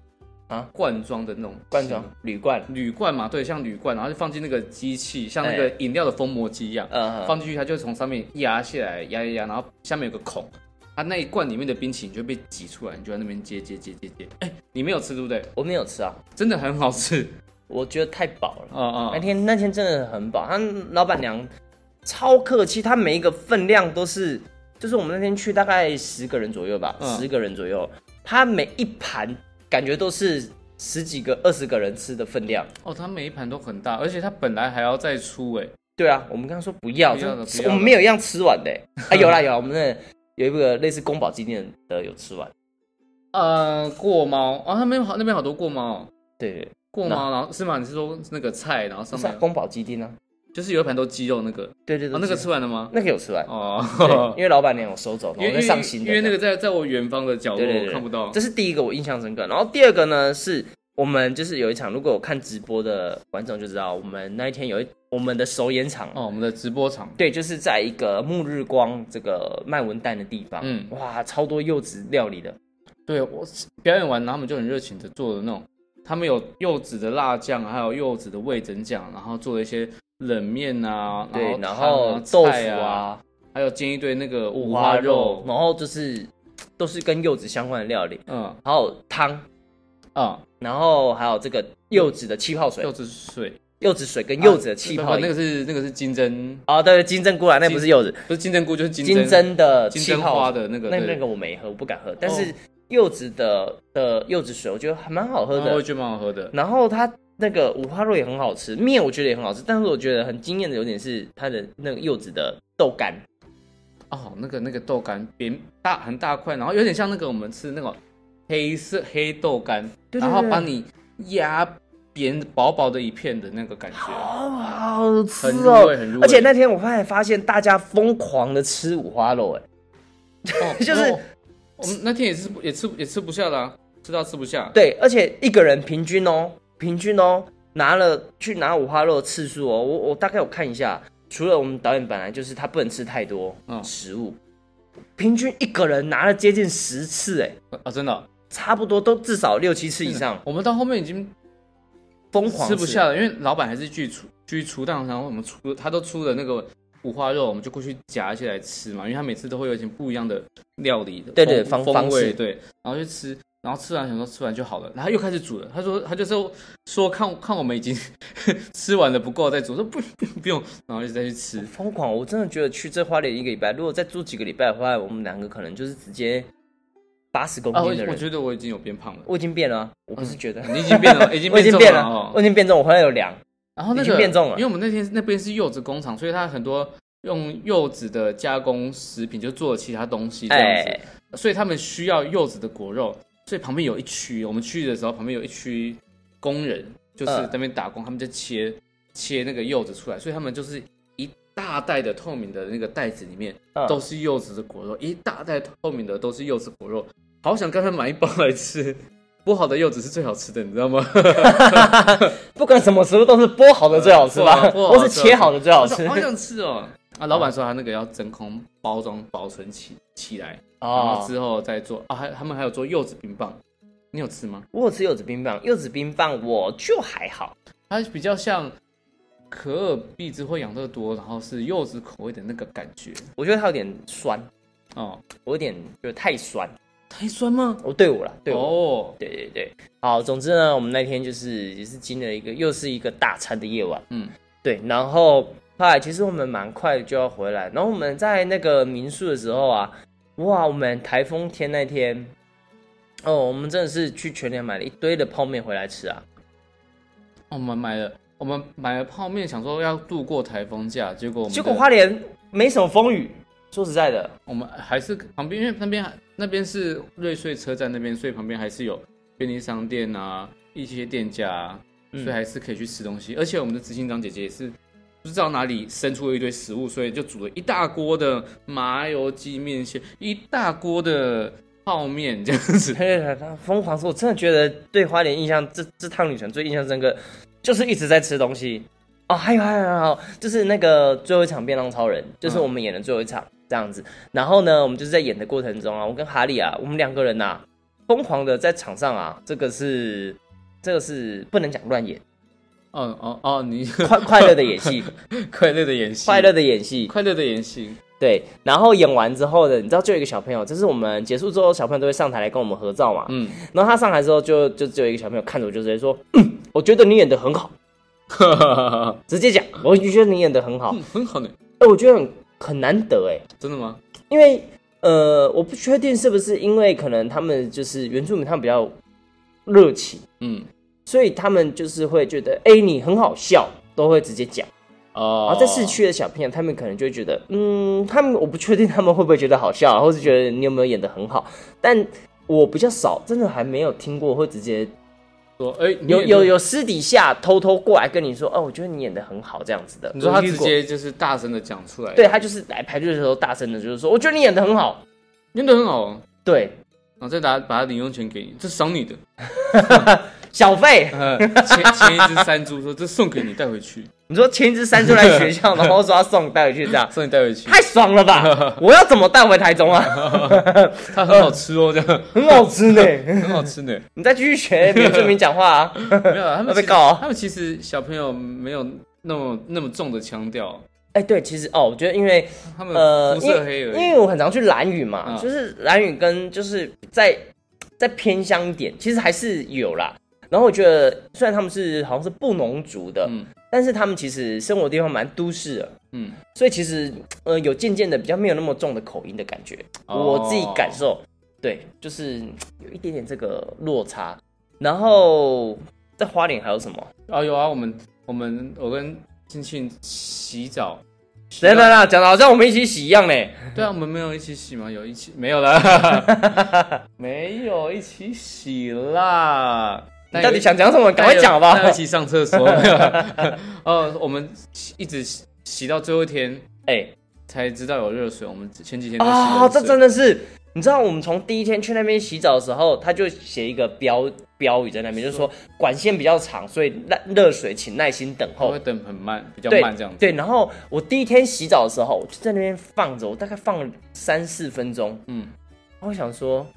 Speaker 2: 啊
Speaker 3: 罐装的那种
Speaker 2: 罐装铝罐，
Speaker 3: 铝罐嘛，对，像铝罐，然后就放进那个机器，像那个
Speaker 2: 哎
Speaker 3: 饮料的封膜机一样，
Speaker 2: 呃，
Speaker 3: 放进去它就从上面压下来，压压压，然后下面有个孔。它那一罐里面的冰淇淋就被挤出来，你就在那边接接接接接。哎、你没有吃对不对？
Speaker 2: 我没有吃啊，
Speaker 3: 真的很好 吃
Speaker 2: 我觉得太饱了。
Speaker 3: 啊啊！
Speaker 2: 那天那天真的很饱，他老板娘超客气，她每一个分量都是，就是我们那天去大概十个人左右吧，
Speaker 3: 嗯
Speaker 2: 十、个人左右，她每一盘感觉都是十几个、二十个人吃的分量。
Speaker 3: 哦，它每一盘都很大，而且它本来还要再出哎、
Speaker 2: 对啊，我们刚刚说不要，
Speaker 3: 不要的不
Speaker 2: 这
Speaker 3: 要
Speaker 2: 我
Speaker 3: 的
Speaker 2: 们没有一样吃 完的、啊，有啦有啦，我们那有一个类似宫保鸡丁的有吃完，
Speaker 3: 呃，过猫啊，他们有好那边好多过猫、哦，
Speaker 2: 对对对，
Speaker 3: 过猫，然后是吗？你是说那个菜，然后
Speaker 2: 不
Speaker 3: 上
Speaker 2: 是啊
Speaker 3: 面
Speaker 2: 宫保鸡丁啊，
Speaker 3: 就是有一盘都鸡肉那个，
Speaker 2: 对对
Speaker 3: 哦
Speaker 2: 对，，
Speaker 3: 那个
Speaker 2: 是
Speaker 3: 吃完了吗？
Speaker 2: 那个有吃完，
Speaker 3: 哦
Speaker 2: 对，，因为老板娘有收走，然
Speaker 3: 因
Speaker 2: 后
Speaker 3: 为
Speaker 2: 我在上新的
Speaker 3: 因为那个在在我远方的角落
Speaker 2: 对对对，
Speaker 3: 我看不到
Speaker 2: 这，是第一个我印象深刻。然后第二个呢，是我们就是有一场，如果有看直播的观众就知道，我们那一天有一我们的首演场，
Speaker 3: 哦，我们的直播场，
Speaker 2: 对，就是在一个暮日光这个卖文旦的地方，
Speaker 3: 嗯
Speaker 2: 哇，超多柚子料理
Speaker 3: 哦
Speaker 2: 的，
Speaker 3: 对我表演完，然后他们就很热情的做的那种，他们有柚子的辣酱，还有柚子的味增酱，然后做了一些冷面啊，
Speaker 2: 对，然
Speaker 3: 然
Speaker 2: 后
Speaker 3: 后
Speaker 2: 豆
Speaker 3: 汤啊
Speaker 2: 腐
Speaker 3: 菜啊，
Speaker 2: 啊，
Speaker 3: 还有煎一堆那个
Speaker 2: 五
Speaker 3: 五
Speaker 2: 花
Speaker 3: 花
Speaker 2: 肉
Speaker 3: 肉，，
Speaker 2: 然后就是都是跟柚子相关的料理，
Speaker 3: 嗯
Speaker 2: 还有汤，
Speaker 3: 啊，
Speaker 2: 然后还有这个柚子的气泡水
Speaker 3: 柚，子水，
Speaker 2: 柚子水跟柚子的气
Speaker 3: 不
Speaker 2: 泡
Speaker 3: 不那个是那个是金针，
Speaker 2: 啊，对，金针菇啦，那不是柚子，
Speaker 3: 不是金针菇就是金
Speaker 2: 金针的
Speaker 3: 金
Speaker 2: 气
Speaker 3: 针
Speaker 2: 泡
Speaker 3: 花的那个，
Speaker 2: 那
Speaker 3: 对
Speaker 2: 那个我没喝，我不敢喝。但
Speaker 3: 哦
Speaker 2: 是柚子的的柚子水，哦我觉得还蛮好喝
Speaker 3: 啊我也
Speaker 2: 的。
Speaker 3: 觉得蛮好喝的。
Speaker 2: 然后它那个五花肉也很好吃，面我觉得也很好吃，但是我觉得很惊艳的有点是它的那个柚子的豆干，
Speaker 3: 哦，那个那个豆干扁大很大块，然后有点像那个我们吃那种黑色黑豆干，
Speaker 2: 对对
Speaker 3: 然后
Speaker 2: 对
Speaker 3: 把你压扁薄薄的一片的那个感觉，
Speaker 2: 哦，好吃
Speaker 3: 很入
Speaker 2: 哦
Speaker 3: 味很入！味
Speaker 2: 而且那天我发现发现大家疯狂的吃五花肉，哎，
Speaker 3: 哦
Speaker 2: 就是
Speaker 3: 然后我们那天也是也吃也吃不下啦、吃到吃不下。
Speaker 2: 对，而且一个人平均哦，平均哦，拿了去拿五花肉的次数哦，我我大概有看一下，除了我们导演本来就是他不能吃太多
Speaker 3: 嗯
Speaker 2: 食物，平均一个人拿了接近十次，哎，
Speaker 3: 啊、真的哦、
Speaker 2: 差不多都至少六七次以上，
Speaker 3: 我们到后面已经
Speaker 2: 疯
Speaker 3: 嗯
Speaker 2: 狂
Speaker 3: 吃不下了，因为老板还是去出去出档，然后我们出他都出了那个五花肉，我们就过去夹一些来吃嘛，因为他每次都会有一些不一样的料理的
Speaker 2: 对对
Speaker 3: 风
Speaker 2: 方
Speaker 3: 风
Speaker 2: 方式
Speaker 3: 味，对，然后就吃，然后吃完想说吃完就好了，然后又开始煮了，他说他就说说看看我们已经 吃完了不够再煮，说不不不用，然后就再去吃，
Speaker 2: 疯狂，我真的觉得去这花莲一个礼拜，如果再住几个礼拜的话，我们两个可能就是直接八十公
Speaker 3: 啊，我
Speaker 2: 斤的
Speaker 3: 我
Speaker 2: 人。
Speaker 3: 觉得我已经有变胖了，
Speaker 2: 我已经变了啊，我不是觉得、
Speaker 3: 你已经变了，已经
Speaker 2: 我已经
Speaker 3: 重
Speaker 2: 变
Speaker 3: 了
Speaker 2: 了，我
Speaker 3: 哦。
Speaker 2: 已经变重，我回来有量，
Speaker 3: 然后
Speaker 2: 已
Speaker 3: 那
Speaker 2: 经
Speaker 3: 个
Speaker 2: 变重了
Speaker 3: 因为我们那天那边是柚子工厂，所以它很多用柚子的加工食品就做了其他东西这样子。
Speaker 2: 哎，
Speaker 3: 所以他们需要柚子的果肉，所以旁边有一区，我们去的时候旁边有一区工人，就是
Speaker 2: 嗯
Speaker 3: 在那边打工，他们就切切那个柚子出来，所以他们就是一大袋的透明的那个袋子里面
Speaker 2: 嗯
Speaker 3: 都是柚子的果肉，一大袋透明的都是柚子果肉，好想刚才买一包来吃。剥好的柚子是最好吃的，你知道吗？
Speaker 2: 不管什么食物都是剥好的最好吃吧，
Speaker 3: 呃剥好
Speaker 2: 或
Speaker 3: 的
Speaker 2: 是切好的最好
Speaker 3: 好
Speaker 2: 吃
Speaker 3: 想好想吃哦！啊，老板说他那个要真空包装保存起起来，然后
Speaker 2: 哦。
Speaker 3: 之后再做啊。还他们还有做柚子冰棒，你有吃吗？
Speaker 2: 我有吃柚子冰棒，柚子冰棒我就还好，
Speaker 3: 它比较像可尔必滋或养乐多，然后是柚子口味的那个感觉
Speaker 2: 我觉得它有点酸，
Speaker 3: 哦。
Speaker 2: 我有点觉得太酸。
Speaker 3: 太酸吗？
Speaker 2: 哦，对我啦，对我，
Speaker 3: 哦，
Speaker 2: 对对对。好，总之呢，我们那天就是也是经历了一个又是一个大餐的夜晚，
Speaker 3: 嗯，
Speaker 2: 对。然后后来其实我们蛮快就要回来，然后我们在那个民宿的时候啊，哇，我们台风天那天，哦，我们真的是去全联买了一堆的泡面回来吃啊，
Speaker 3: 我们买了，哦我们买了泡面，想说要度过台风假，结果我们的
Speaker 2: 结果花莲没什么风雨，说实在的，
Speaker 3: 我们还是旁边，因为那边还那边是瑞穗车站那边，所以旁边还是有便利商店啊，一些店家、啊，所以还是可以去吃东西。而且我们的执行长姐姐也是不知道哪里生出了一堆食物，所以就煮了一大锅的麻油鸡面线，一大锅的泡面这样子。
Speaker 2: 嘿，他疯狂说，我真的觉得对花莲印象，这这趟旅程最印象深刻，就是一直在吃东西。哦，还有还有还有，就是那个最后一场《变浪超人》，就是我们演的最后一场这样子。然后呢，我们就是在演的过程中啊，我跟哈利啊，我们两个人呐、啊，疯狂的在场上啊，这个是这个是不能讲乱演，
Speaker 3: 哦哦哦， 你
Speaker 2: 快快乐的演 戏，
Speaker 3: 快乐的演戏，
Speaker 2: 快乐的演戏，
Speaker 3: 快乐的演戏，
Speaker 2: 对，然后演完之后呢，你知道就有一个小朋友，就是我们结束之后，小朋友都会上台来跟我们合照嘛。
Speaker 3: 嗯，
Speaker 2: 然后他上台之后就，就只有一个小朋友看着我，就直接说：“嗯，我觉得你演的很好。
Speaker 3: 嗯 很”
Speaker 2: 直接讲，我就觉得你演的很好。
Speaker 3: 嗯好呢，
Speaker 2: 哎、我觉得很很难得哎，
Speaker 3: 真的吗？
Speaker 2: 因为呃，我不确定是不是因为可能他们就是原住民，他们比较热情，
Speaker 3: 嗯，
Speaker 2: 所以他们就是会觉得，哎、你很好笑，都会直接讲。啊
Speaker 3: 哦，
Speaker 2: 然后在市区的小朋友，他们可能就会觉得，嗯，他们我不确定他们会不会觉得好笑，啊或是觉得你有没有演的很好，但我比较少，真的还没有听过会直接
Speaker 3: 说，哎，你
Speaker 2: 有
Speaker 3: 也
Speaker 2: 有，有私底下偷偷过来跟你说，哦，我觉得你演的很好这样子的。
Speaker 3: 你说他
Speaker 2: 我
Speaker 3: 直
Speaker 2: 听过，
Speaker 3: 接就是大声的讲出来，
Speaker 2: 对，他就是来排队的时候大声的就是说，我觉得你演的很好，
Speaker 3: 演的很好哦，
Speaker 2: 对，
Speaker 3: 然后再拿把他零用钱给你，这赏你的，
Speaker 2: 小费，
Speaker 3: 呃，前前一只山猪说这送给你带回去，
Speaker 2: 你说前一只三出来学 校，然后说要 送带回去这样。
Speaker 3: 送你带回 去，
Speaker 2: 太爽了 吧！我要怎么带回台中啊？
Speaker 3: 它很好吃哦，这样
Speaker 2: 很好吃呢。
Speaker 3: 很好吃呢。
Speaker 2: 你再继续学原住民讲话啊！
Speaker 3: 没有啊，他们
Speaker 2: 要被
Speaker 3: 其实
Speaker 2: 告哦
Speaker 3: 他们其实小朋友没有那么那么重的腔调，
Speaker 2: 哎、对，其实哦，我觉得因为
Speaker 3: 他们
Speaker 2: 呃，
Speaker 3: 肤
Speaker 2: 因
Speaker 3: 色
Speaker 2: 为
Speaker 3: 黑而
Speaker 2: 因
Speaker 3: 已。
Speaker 2: 为我很常去兰屿嘛，
Speaker 3: 嗯
Speaker 2: 就是兰屿跟就是在在偏乡一点，其实还是有啦。然后我觉得虽然他们是好像是布农族的，
Speaker 3: 嗯
Speaker 2: 但是他们其实生活的地方蛮都市的，
Speaker 3: 嗯，
Speaker 2: 所以其实呃有渐渐的比较没有那么重的口音的感觉，
Speaker 3: 哦
Speaker 2: 我自己感受，对，就是有一点点这个落差。然后在花莲还有什么？
Speaker 3: 啊有啊，我们我们我跟庆庆洗澡，洗
Speaker 2: 等
Speaker 3: 到
Speaker 2: 等等，讲的好像我们一起洗一样呢。
Speaker 3: 对啊，我们没有一起洗吗？有一起没有啦， 没有一起洗啦。
Speaker 2: 你到底想讲什么？赶快讲好不好
Speaker 3: 吧，？但有一起上厕所。 哦，我们一直洗洗到最后一天
Speaker 2: 哎、
Speaker 3: 才知道有热水，我们前几天都洗
Speaker 2: 啊、
Speaker 3: 冷
Speaker 2: 这
Speaker 3: 水
Speaker 2: 真的是，你知道我们从第一天去那边洗澡的时候，他就写一个标标语在那边，就是说管线比较长，所以热热水请耐心等
Speaker 3: 它
Speaker 2: 候
Speaker 3: 会。等很慢，比较
Speaker 2: 对
Speaker 3: 慢这样子。
Speaker 2: 对，然后我第一天洗澡的时候，我就在那边放着，我大概放了三四分钟，
Speaker 3: 嗯，
Speaker 2: 然后我想说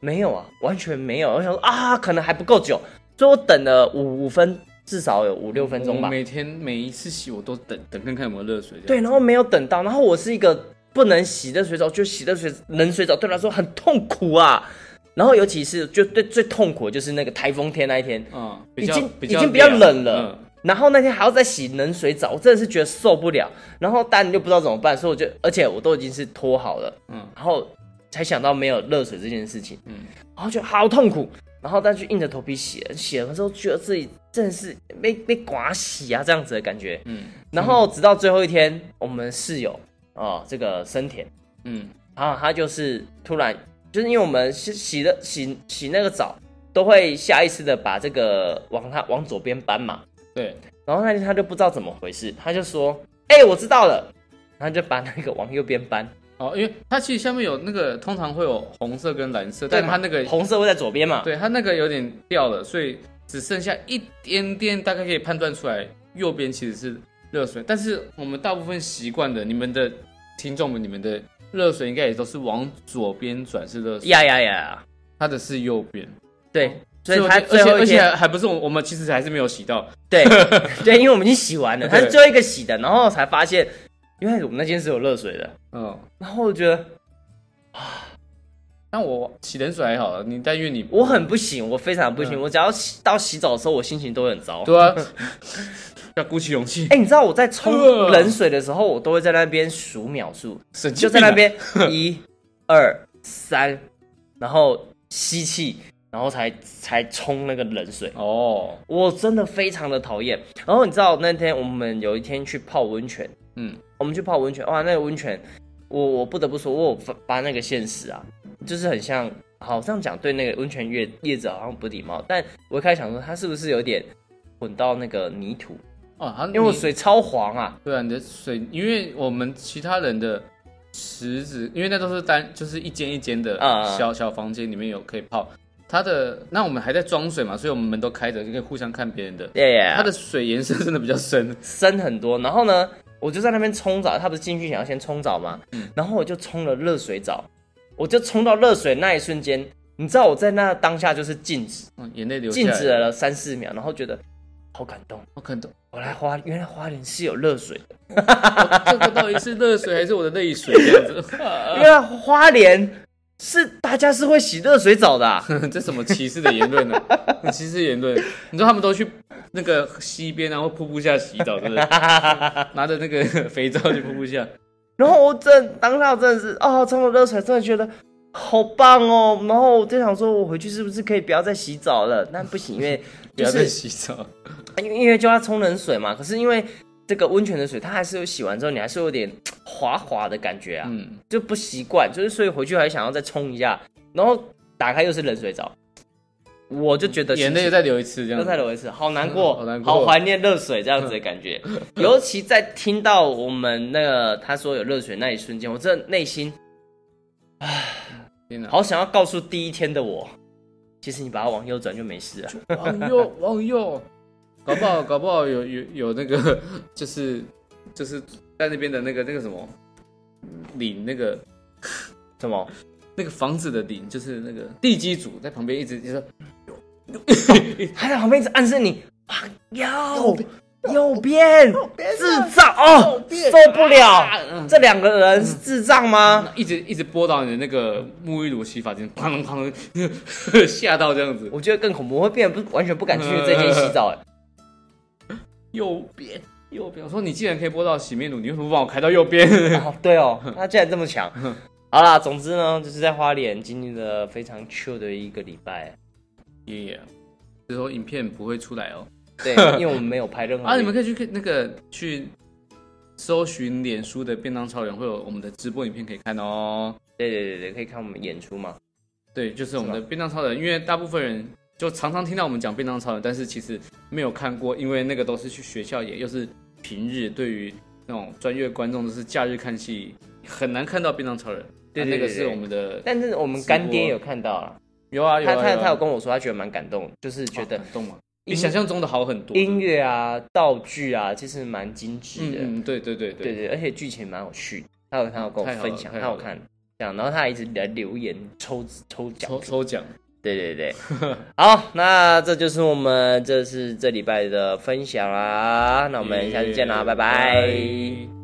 Speaker 2: 没有啊，完全没有，我想说啊，可能还不够久，所以我等了五五分，至少有五六分钟
Speaker 3: 我
Speaker 2: 吧。
Speaker 3: 每天每一次洗我都等等看看有没有热水。这样，
Speaker 2: 对，然后没有等到，然后我是一个不能洗热水澡，就洗热水冷水澡对我来说很痛苦啊。然后尤其是就对最痛苦的就是那个台风天那一天，
Speaker 3: 嗯，比
Speaker 2: 已
Speaker 3: 较
Speaker 2: 经
Speaker 3: 比
Speaker 2: 已
Speaker 3: 较
Speaker 2: 经比较
Speaker 3: 凉
Speaker 2: 冷了，然后那天还要再洗冷水澡，我真的是觉得受不了。然后但又不知道怎么办，所以我就而且我都已经是脱好了，
Speaker 3: 嗯
Speaker 2: 然后才想到没有热水这件事情，
Speaker 3: 嗯
Speaker 2: 嗯，然后就好痛苦，然后但就硬着头皮洗了，洗了之后觉得自己真的是被被刮洗啊这样子的感觉，
Speaker 3: 嗯
Speaker 2: 然后直到最后一天，我们室友哦，这个森田
Speaker 3: 嗯
Speaker 2: 啊，他就是突然就是因为我们洗洗的洗洗那个澡，都会下意识的把这个往他往左边搬嘛。
Speaker 3: 嗯，对，
Speaker 2: 然后那天他就不知道怎么回事，他就说：“哎、我知道了。”然后就把那个往右边搬，
Speaker 3: 哦，因为它其实下面有那个，通常会有红色跟蓝色，
Speaker 2: 对
Speaker 3: 但
Speaker 2: 嘛
Speaker 3: 它那个，
Speaker 2: 红色会在左边嘛？
Speaker 3: 对它那个有点掉了，所以只剩下一点点，大概可以判断出来右边其实是热水，但是我们大部分习惯的，你们的听众们，你们的热水应该也都是往左边转是热水，
Speaker 2: 呀呀呀！
Speaker 3: 它的是右边，哦
Speaker 2: 对，所以
Speaker 3: 我
Speaker 2: 他
Speaker 3: 觉得而
Speaker 2: 最
Speaker 3: 且
Speaker 2: 后一
Speaker 3: 而且
Speaker 2: 天，
Speaker 3: 还还不是我我们其实还是没有洗到，
Speaker 2: 对对，因为我们已经洗完了，他是
Speaker 3: 对
Speaker 2: 最后一个洗的，然后才发现，原来我们那间是有热水的。
Speaker 3: 嗯。
Speaker 2: 然后我觉得
Speaker 3: 但我洗冷水还好，你但愿 你
Speaker 2: 我很不行，我非常不行。
Speaker 3: 嗯
Speaker 2: 我只要洗到洗澡的时候，我心情都会很糟。
Speaker 3: 对啊， 要鼓起勇气
Speaker 2: 哎、，你知道我在冲
Speaker 3: 呃
Speaker 2: 冷水的时候，我都会在那边数秒数，
Speaker 3: 神经
Speaker 2: 就在那
Speaker 3: 病啊
Speaker 2: 边一、二、三，然后吸气，然后才才冲那个冷水。
Speaker 3: 哦，
Speaker 2: 我真的非常的讨厌。然后你知道那天我们有一天去泡温泉，
Speaker 3: 嗯，
Speaker 2: 我们去泡温泉，哇，那个温泉，我我不得不说，我有发发那个现实啊，就是很像，好这样讲对那个温泉业业者好像不礼貌，但我一开始想说他是不是有点混到那个泥土，
Speaker 3: 哦，好像
Speaker 2: 因为我
Speaker 3: 你
Speaker 2: 水超黄啊，
Speaker 3: 对啊，你的水，因为我们其他人的池子，因为那都是单，就是一间一间的
Speaker 2: 啊啊
Speaker 3: 小、小房间里面有可以泡。它的那我们还在装水嘛，所以我们门都开着，就可以互相看别人的。
Speaker 2: 对呀，
Speaker 3: 它的水颜色真的比较深，
Speaker 2: 深很多。然后呢，我就在那边冲澡，他不是进去想要先冲澡吗？然后我就冲了热水澡，我就冲到热水那一瞬间，你知道我在那当下就是静止，
Speaker 3: 嗯，眼泪流下
Speaker 2: 静
Speaker 3: 来。哦
Speaker 2: 止了三四秒，然后觉得好感动。
Speaker 3: 我感动，
Speaker 2: 我来花，原来花莲是有热水的，
Speaker 3: 我哦这个到底是热水还是我的泪水这样子？
Speaker 2: 原来花莲是大家是会洗热水澡 的、啊。
Speaker 3: 这什么歧视的言论呢、很歧视言论。你知道他们都去那个溪边啊，或瀑布下洗澡，真 的拿着那个肥皂去瀑布下。
Speaker 2: 然后我真当下我真的是哦，冲了热水，真的觉得好棒哦。然后我就想说，我回去是不是可以不要再洗澡了？但不行，因为
Speaker 3: 不
Speaker 2: 就
Speaker 3: 要再
Speaker 2: 是
Speaker 3: 洗澡。
Speaker 2: 因为因为就要冲冷水嘛，可是因为这个温泉的水，它还是有洗完之后，你还是有点滑滑的感觉啊，
Speaker 3: 嗯，
Speaker 2: 就不习惯，就是所以回去还想要再冲一下，然后打开又是冷水澡，我就觉得
Speaker 3: 嗯眼泪
Speaker 2: 心
Speaker 3: 再流一次这样
Speaker 2: 情又
Speaker 3: 子。
Speaker 2: 再流一次，好难过，
Speaker 3: 嗯 好难过
Speaker 2: 怀念热水这样子的 感觉，尤其在听到我们那个他说有热水那一瞬间，我真的内心
Speaker 3: 天哪！
Speaker 2: 好想要告诉第一天的我，其实你把它往右转就没事了，
Speaker 3: 往右， 往右，搞不好，搞不好有有有那个，就是就是在那边的那个那个什么领那个
Speaker 2: 什么？
Speaker 3: 那个房子的领，就是那个地基组在旁边一直就说
Speaker 2: 他在旁边一直暗示你往右右边智障哦，受不了！
Speaker 3: 啊，嗯
Speaker 2: 这两个人是智障吗？
Speaker 3: 一直一直拨到你的那个沐浴乳洗发精，哐啷哐啷， 吓到这样子。
Speaker 2: 我觉得更恐怖，会变得不完全不敢去这间洗澡。哎
Speaker 3: 右边，右边，我说你既然可以拨到洗面乳，你为什么不帮我开到右边？
Speaker 2: 哦，对哦，
Speaker 3: 嗯
Speaker 2: 他竟然这么强。好啦，总之呢，就是在花莲经历了非常 chill 的一个礼拜。
Speaker 3: 爷爷，哎这时候影片不会出来哦。
Speaker 2: 对，因为我们没有拍任何
Speaker 3: 啊，你们可以去看那个去搜寻脸书的便当超人，会有我们的直播影片可以看哦。
Speaker 2: 对对对对，可以看我们演出嘛？
Speaker 3: 对，就是我们的
Speaker 2: 啊
Speaker 3: 便当超人，因为大部分人就常常听到我们讲便当超人，但是其实没有看过，因为那个都是去学校演，又是平日，对于那种专业观众都是假日看戏，很难看到便当超人。
Speaker 2: 对
Speaker 3: 啊
Speaker 2: 对
Speaker 3: 那个
Speaker 2: 对
Speaker 3: 是
Speaker 2: 对
Speaker 3: 我们的
Speaker 2: 但是我们干爹有看到了，
Speaker 3: 有啊有
Speaker 2: 他
Speaker 3: 啊，
Speaker 2: 他他有
Speaker 3: 有
Speaker 2: 跟我说，他觉得蛮感动，就是觉得
Speaker 3: 动嘛，比
Speaker 2: 音
Speaker 3: 想象中的好很多。
Speaker 2: 音乐啊、道具啊，其实蛮精致的。
Speaker 3: 嗯嗯，对对对对
Speaker 2: 对对，而且剧情蛮有趣的，他有他有跟我
Speaker 3: 太好
Speaker 2: 分
Speaker 3: 了
Speaker 2: 享，
Speaker 3: 太
Speaker 2: 他有
Speaker 3: 好了
Speaker 2: 看这样，然后他还一直来留言抽抽奖，
Speaker 3: 抽抽奖，
Speaker 2: 对 对对，好，那这就是我们这是这礼拜的分享啦，那我们下次见啦，拜拜。
Speaker 3: 拜